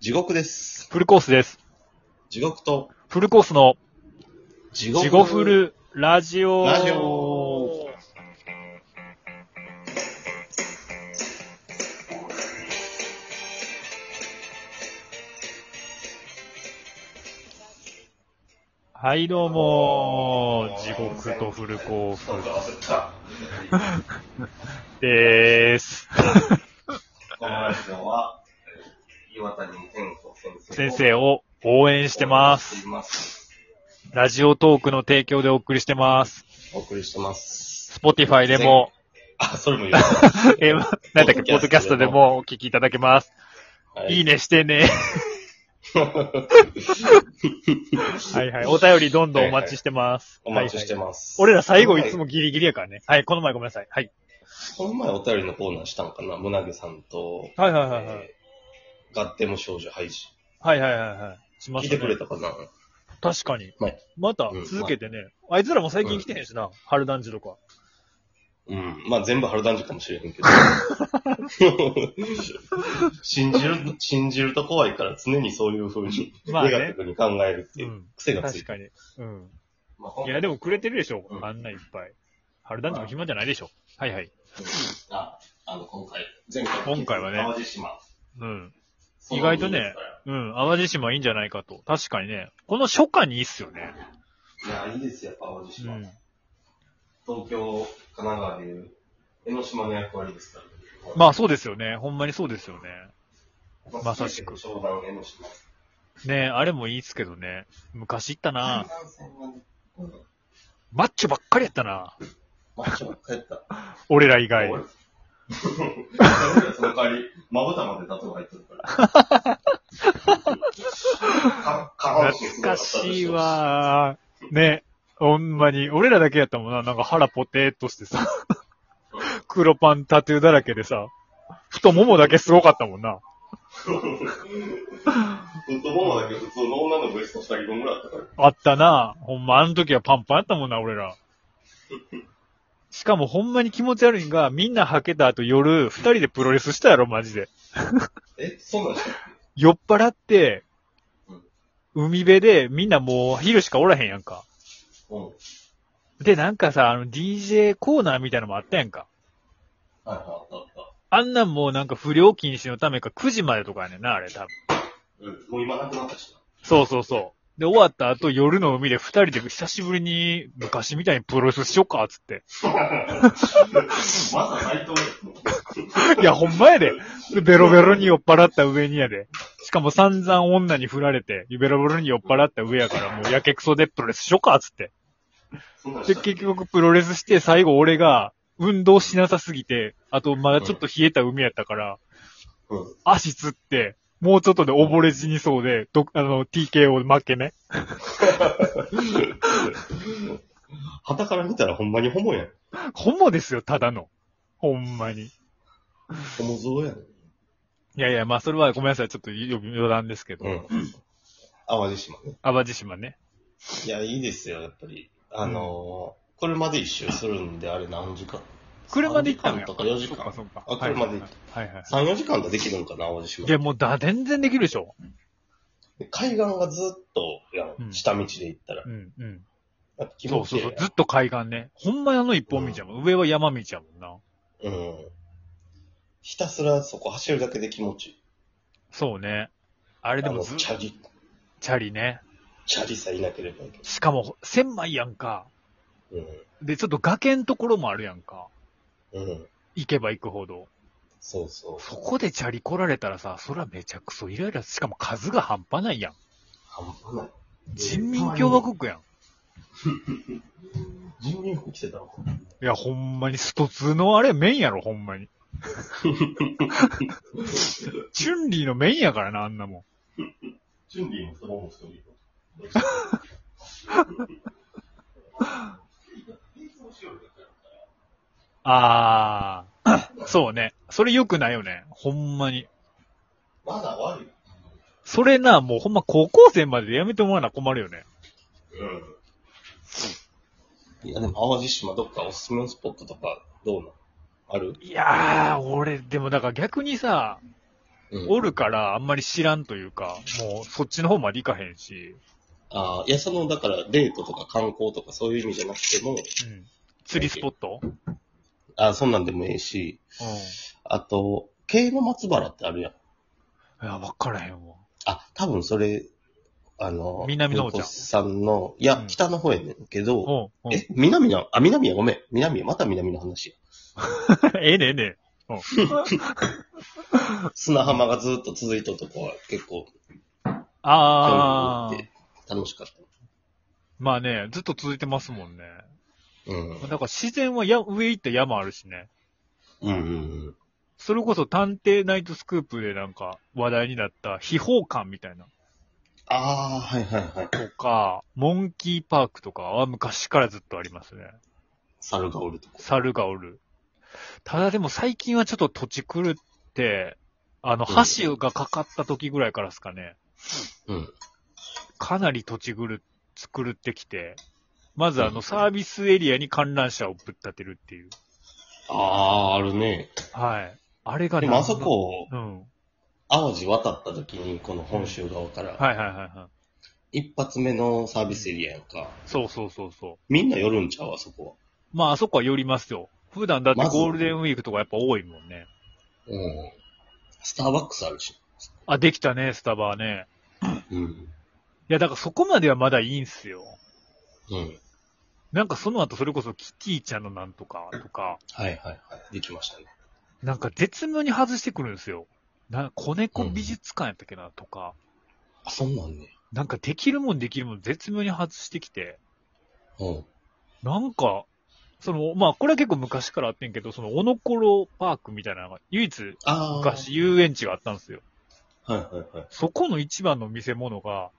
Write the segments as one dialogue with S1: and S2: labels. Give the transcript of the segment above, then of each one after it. S1: 地獄です。
S2: フルコースです。
S1: 地獄と、
S2: フルコースの
S1: 地
S2: 地獄フルラジオ。
S1: ラジオ
S2: はい、どうも、地獄とフルコース
S1: 焦った。
S2: でーす。
S3: このラジオは、えー岩谷天子先生。
S2: 先生を応援してます。。ラジオトークの提供でお送りしてます。
S1: お送りしてます。
S2: Spotify でも、
S1: あ、それも言う。
S2: えー、なんだっけ、ポッドキャストでもお聞きいただけます。いい
S1: ね。
S2: ねしてね。はいはい。お便りどんどんお待ちしてます。
S1: お待ちして
S2: はいはい
S1: ます。
S2: 俺ら最後いつもギリギリやからね。はい、この前ごめんなさい。はい。
S1: この前お便りのコーナーしたんかな胸毛さんと、
S2: はいはいはいはい。
S1: えーガッテム少女ハイジ。
S2: はいはいはいはい。しま
S1: 聞
S2: し
S1: い
S2: た、
S1: て
S2: ね
S1: く。れたかな
S2: 確かに。
S1: はい
S2: また続けてね、あいつらも最近来てへんしな。春男児とか。
S1: うん。まあ全部春男児かもしれへ んけど。信じる、信じると怖いから常にそういう風に、
S2: まあね
S1: ネガティブに考えるって
S2: う。
S1: いうん癖がついて
S2: 確かに。うん。
S1: まあほん
S2: いや、でもくれてるでしょ
S1: う。ん
S2: あんないっぱい。春男児も暇じゃないでしょ。はいはい。
S1: あ、あの、今回、前回、
S2: 今回はね
S1: 淡路島。
S2: うん。
S1: その
S2: 意外とね
S1: い
S2: うん。淡路島いいんじゃないかと。確かにね。この初夏にいいっすよね。
S1: や、いいですよ、やっぱ淡路
S2: う
S1: 島。
S2: ん。
S1: 東京、神奈川でいう、江ノ島の役割ですから、ね。
S2: まあそうですよね。ほんまにそうですよね。
S1: あ
S2: まさしく
S1: 湘南江ノ島。
S2: ねあれもいいっすけどね。昔行ったな。
S1: 南線はね、うん。
S2: マッチョばっかりやったな。
S1: マッチョばっかりやった。
S2: 俺ら以外。
S1: 俺俺らその代わり、まぶたまでタトゥー入ってるから。か下半身すごかっ
S2: 懐か
S1: たでょ
S2: しい。わー。ね。ほんまに。俺らだけやったもんな。なんか腹ポテーっとしてさ。黒パンタトゥーだらけでさ。太ももだけすごかったもんな。
S1: 太ももだけど、普通の女のウエスト下着分ぐらいあったから。
S2: あったな。ほんま、あの時はパンパンやったもんな、俺ら。しかもほんまに気持ち悪いんが、みんな吐けた後夜、二人でプロレスしたやろ、マジで。
S1: え、そうなんですか
S2: 酔っ払って、海辺でみんなもう昼しかおらへんやんか。
S1: うん。はい
S2: で、なんかさ、あの DJ コーナーみたいなのもあったやんか。
S1: はい、あったあった。
S2: あんなんもうなんか不良禁止のためか9時までとかやねんな、あれ多分。
S1: うんもう今なくなったしな。
S2: そうそうそう。で、終わった後夜の海で二人で久しぶりに昔みたいにプロレスしよっか、つ って。
S1: まだ内藤ですもん。
S2: いや、ほんまやで。でベロベロに酔っ払った上にやで。しかも散々女に振られて、ベロベロに酔っ払った上やからもうやけくそでプロレスしよっか、つって。
S1: そんなん
S2: で、
S1: したっけ
S2: 結局プロレスして最後俺が運動しなさすぎて、あとまだちょっと冷えた海やったから、
S1: うん。
S2: 足つって、もうちょっとで溺れ死にそうで、ど、あの、TKO 負けね。
S1: 旗から見たらほんまにホモやん。
S2: ホモですよ、ただの。ほんまに。
S1: ホモ像やん。
S2: いやいや、まあ、それはごめんなさい。ちょっと余余談ですけど。
S1: うん。淡路島ね。
S2: 淡路島ね。
S1: いや、いいですよ、やっぱり。あのー、車で一周するんで、あれ何時間
S2: 車で行ったのよ。
S1: 三時間とか四時間
S2: そっかそっか。。
S1: あ車で行った
S2: はいはいはい。
S1: ?3、4時間ができるんかな、淡路島。
S2: いや、もうだ、全然できるでしょ。
S1: 海岸がずっと、や、
S2: うんん
S1: 下道で行ったら
S2: う。んうん。
S1: やっぱ気
S2: そ
S1: 持
S2: う
S1: ち
S2: そう
S1: いい
S2: そ
S1: や
S2: う。ずっと海岸ね。ほんまやの一本道やもん。上は山道やもんな。
S1: ん。うん。ひたすらそこ走るだけで気持ちいい。
S2: そうね。あれで
S1: あ
S2: も
S1: の、
S2: ずっ
S1: チャリ、
S2: チャリね。
S1: チャリさえいなければいいけ
S2: しかも、狭いやんか。
S1: ど。
S2: で、ちょっと崖んところもあるやんか。
S1: うん。うん。
S2: 行けば行くほど。
S1: そうそう。
S2: そこでチャリ来られたらさ、そらめちゃくそイライラす。しかも数が半端ないやん。
S1: 半端ない。
S2: 人民共和国やん。
S1: 人民服着てたわ。
S2: いや、ほんまに、ストツーのあれ、メインやろ、ほんまに。チュンリーのメインやからな、あんなも
S1: 準備もそのもしてもいいよ。
S2: ん。あー、 そうね。それ良くないよね。ほんまに。
S1: まだ悪い。
S2: それな、もうほんま高校生まででやめてもらわな困るよね。
S1: うん。いや、でも淡路島どっかおすすめのスポットとかどうなんある
S2: いやー、俺、でもだから逆にさ、
S1: うん
S2: おるからあんまり知らんというか、もうそっちの方まで行かへんし、
S1: ああ、いや、その、だから、デートとか観光とかそういう意味じゃなくても、
S2: うん。釣りスポットうん。
S1: ああ、そんなんでもええし、あと、京の松原ってあるやん。
S2: いや、わからへんわ。
S1: あ、多分それ、あの、
S2: 南の方じゃん
S1: 文庫さんの、いうや
S2: ん、
S1: 北の方やねんけど、
S2: うん。うん
S1: え、南な、あ、南や、ごめん。南や、また南の話
S2: ええねええねえ。
S1: や。砂浜がずっと続いたとこは結構、
S2: あ
S1: 興味
S2: ー
S1: 持っ。て楽しかった。
S2: まあね、ずっと続いてますもんね。
S1: うん。
S2: だから自然はや上行った山あるしね。
S1: うんうん
S2: それこそ探偵ナイトスクープでなんか話題になった秘宝館みたいな
S1: ああ、はいはいはい。
S2: とか、モンキーパークとかは昔からずっとありますね。
S1: 猿がおるとこ。
S2: 猿がおる。ただでも最近はちょっと土地狂って、あの、
S1: うん
S2: 橋がかかった時ぐらいからですかね。
S1: うん。
S2: かなり土地狂っ作ってきて、まずあのサービスエリアに観覧車をぶっ立てるっていう。
S1: ああ、あるね。
S2: はい。あれが
S1: で
S2: ね
S1: もあそ。こ、
S2: うん。
S1: 淡路渡った時に、この本州側から、
S2: はいはいはいはい。
S1: 一発目のサービスエリアやんか。
S2: そうそうそうそう。
S1: みんな寄るんちゃうあそこ
S2: まあ、あそこは寄りますよ。普段だってゴールデンウィークとかやっぱ多いもんね。
S1: は。うん。スターバックスあるし。
S2: あ、できたね、スタバはね。
S1: うん。
S2: いや、だからそこまではまだいいんすよ。
S1: うん。
S2: なんかその後それこそキティちゃんのなんとかとか、
S1: はいはいはい。できましたね。
S2: なんか絶妙に外してくるんですよ。な、子猫美術館やったっけな、とか。
S1: あ、そんなんね。
S2: なんかできるもんできるもん絶妙に外してきて、
S1: うん。
S2: なんか、その、まあ、これは結構昔からあってんけど、その、おのころパークみたいなのが、唯一、
S1: ああ。
S2: 昔遊園地があったんですよ。
S1: はいはいは
S2: そこの一番の見せ物が、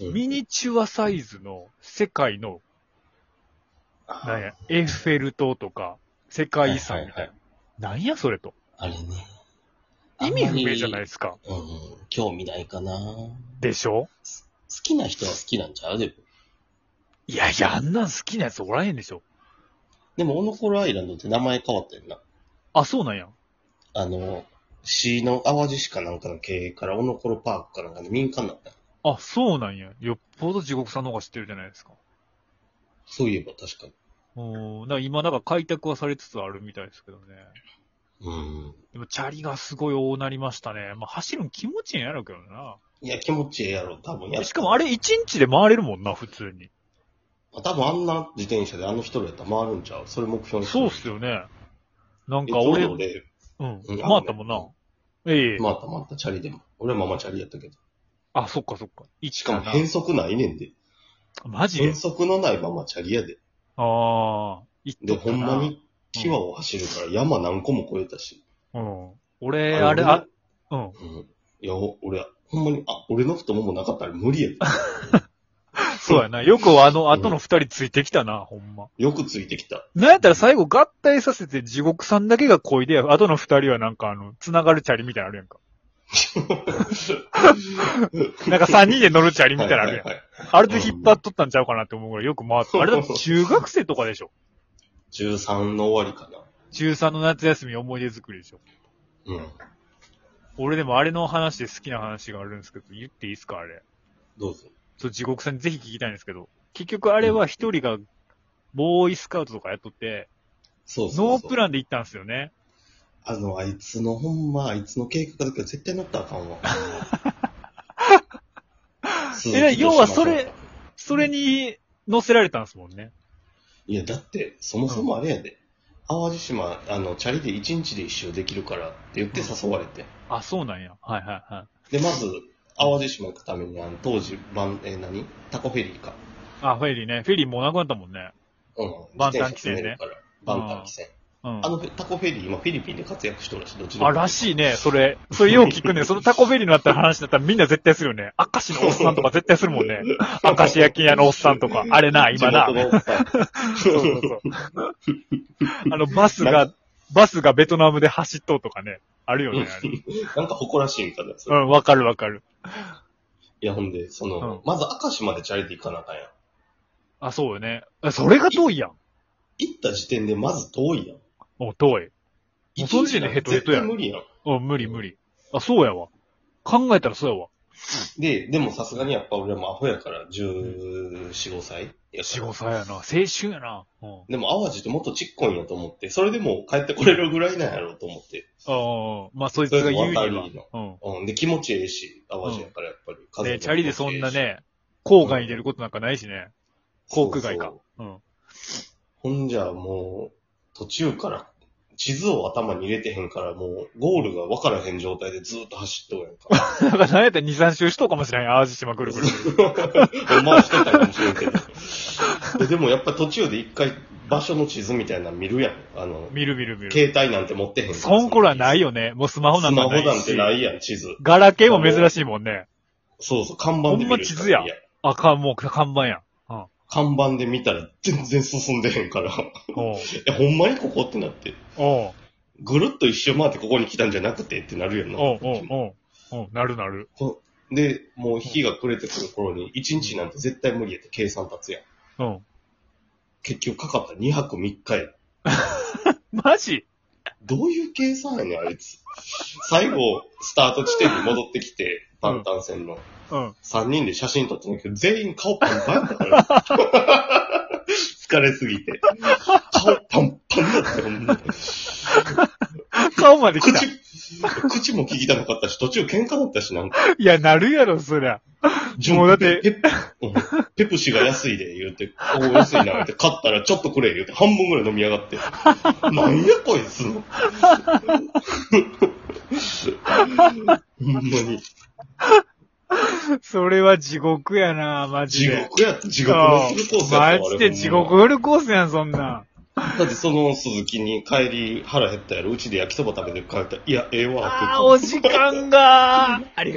S1: い。うん
S2: ミニチュアサイズの世界の、
S1: あー
S2: なんや、エッフェル塔とか、世界遺産みたい
S1: は
S2: な。なんやそれと。
S1: いはいはいあれね。
S2: 意味不明じゃない
S1: い
S2: ですか。
S1: うん、興味ないかな。好
S2: でしょ
S1: きな人は好きなんちゃうでも。
S2: いやいや、あんなん好きなやつおらへんでしょ。
S1: でも、オノコロアイランドって名前変わったよな。
S2: あ、そうなんや。
S1: あの、市の淡路市かなんかの経営から、オノコロパークかなんかの民間になった。
S2: あ、そうなんや。よっぽど地獄さんの方が知ってるじゃないですか。
S1: そういえば確かに。
S2: うーん。だから今、なんか開拓はされつつあるみたいですけどね。
S1: うん。
S2: でも、チャリがすごい大なりましたね。まあ、走るの気持ちいいんやろうけど
S1: いや、気持ちええやろ、多分や
S2: な。
S1: った
S2: しかも、あれ1日で回れるもんな、普通に。
S1: 多分あんな自転車であの人らやったら回るんちゃうそれ目標に
S2: そうっす
S1: よ。
S2: よね。なん
S1: え
S2: か
S1: ちょう
S2: 俺、
S1: ど俺、
S2: うん。
S1: うん
S2: 回ったもんな。ええ
S1: 回った回った、チャリでも。俺はママチャリやったけど。
S2: あ、そっかそっか。
S1: し
S2: 一
S1: かも変則ないねんで。
S2: マジで
S1: 変則のないママチャリやで。
S2: ああ。
S1: で、ほんま
S2: 行っ
S1: に、キワを走るから山何個も越えたし。
S2: とったな。うん。俺、あれ、あ、うん。
S1: 俺うん。いや、お俺、ほんまに、あ、俺の太ももなかったら無理やで。
S2: そうやな。よくあの、後の二人ついてきたな、ほんま。
S1: よくついてきた。
S2: なんやったら最後合体させて地獄さんだけが恋で、後の二人はなんかあの、繋がるチャリみたいなのあるやんか。なんか三人で乗るチャリみたいなのある やん。
S1: はいはいはい
S2: あれで引っ張っとったんちゃうかなって思うぐらいよく回 った。あれだって中学生とかでしょ。
S1: 13の終わりかな。
S2: 中3の夏休み思い出作りでしょ。
S1: うん。
S2: 俺でもあれの話で好きな話があるんですけど、言っていいですか、あれ。
S1: どうぞ。
S2: そう、地獄さんにぜひ聞きたいんですけど、結局あれは一人がボーイスカウトとかやっとって、
S1: そうそう
S2: ノ
S1: そう
S2: ープランで行ったんですよね。
S1: あの、あいつの、ほんま、あいつの計画だけは絶対なったらあかんわ。
S2: え要はそれ。それに乗せられたんですもんね。
S1: いや、だって、そもそもあれやで。淡路島、あの、チャリで1日で一周できるからって言って誘われて。
S2: あ、そうなんや。はいはいはい。
S1: で、まず、淡路島行くために、あの、当時、バン、えー何タコフェリーか。
S2: あ、フェリーね。フェリーもうなくなったもんね。
S1: うん。
S2: バンタン
S1: 自
S2: 汽船ね
S1: 転車積めるから。バンタン汽船。
S2: うん
S1: あ。の、タコフェリー、今、フィリピンで活躍してるらしい、どっちでも
S2: あ、らしいね、それ。それよう聞 くね。そのタコフェリーのあった話だったらみんな絶対するよね。明石のおっさんとか絶対するも んね。明石焼き屋のおっさんとか。あれな、今な。
S1: 地元のおっさん
S2: そうそうそう。 あの、バスが、バスがベトナムで走っとうとかね。あるよね、あれ。
S1: なんか誇らしいんかな、それ
S2: うん、わかるわかる。
S1: いや、ほんで、その、
S2: うん
S1: まず明石までチャリで行かなあかんやん。
S2: あ、そうよね。あそれが遠いやん。
S1: 行った時点でまず遠いやん。
S2: もう遠い。もうその時点でヘトヘトや
S1: 絶
S2: ん
S1: 対無理やん。
S2: うん、無理無理。あ、そうやわ。考えたらそうやわ。
S1: で、でもさすがにやっぱ俺もアホやから、14、5歳や
S2: 四
S1: から
S2: 五歳やな。青春やな。うん。
S1: でも淡路ってもっとちっこいんやと思って、それでも帰ってこれるぐらいなんやろうと思って。
S2: ああ、まあそいつが言うに
S1: それも
S2: は
S1: 渡りの。
S2: う
S1: うん。で、気持ちええし、淡路やからやっぱり。
S2: ん。
S1: 風
S2: ね、チャリでそんな、ね、郊外に出ることなんかないしね。航空外か。
S1: そう
S2: うん。
S1: そう。ほんじゃもう、途中から、地図を頭に入れてへんから、もう、ゴールが分からへん状態でずーっと走っとう やんか。
S2: なんか何やったら2、3周しとうかもしれん。淡路島ぐ るぐる。
S1: ほんまはしてたかもしれんけど。ででもやっぱ途中で一回、場所の地図みたいなの見るやん。あの、
S2: 見る見る見る。
S1: 携帯なんて持ってへんから。
S2: そん頃はないよね。もうスマホな
S1: ス
S2: ん
S1: マ
S2: か
S1: ホ
S2: な
S1: ないんて
S2: し。
S1: ないやん、地図。
S2: ガラケーも珍しいもんね。
S1: そうそう、看板で見
S2: ほ
S1: る
S2: んま
S1: し
S2: 地
S1: か
S2: 図や
S1: いや
S2: あかん、もう看板やん。うん。
S1: 看板で見たら全然進んでへんから。
S2: おう
S1: え、ほんまにここってなって。
S2: おう
S1: ぐるっと一周回ってここに来たんじゃなくてってなるやんな。
S2: おうおうおうおうなるなる。
S1: で、もう日が暮れてくる頃に、1日なんて絶対無理やって計算立つやん。
S2: うん。
S1: 結局かかった2泊3日や。
S2: マジ
S1: どういう計算やねん、あいつ。最後、スタート地点に戻ってきて、パンタン線の。
S2: うん。
S1: 3人で写真撮ってんだけど、全員顔パンパンだから。疲れすぎて。顔パンパンだって、ほんまに
S2: 顔まで来た。い
S1: 口、口も聞きたなかったし、途中喧嘩だったし、なんか。
S2: や、なるやろ、そりゃ。もうだって
S1: ペペうん ペプシが安いで言うて、おー安いな言うて、買ったらちょっとくれ言うて、半分ぐらい飲みやがって。 なんやこいつ の。ほんまに。
S2: それは地獄やな、マジ
S1: 地
S2: で。
S1: 獄やった、地獄のフルコースやったわ
S2: マジで地。獄フルコースやん、そんなん。
S1: あれほんまだってその鈴木に帰り腹減ったやろ、うちで焼きそば食べて帰ったら、いや、ええわ、って言って
S2: ああ、お時間が。ありがとう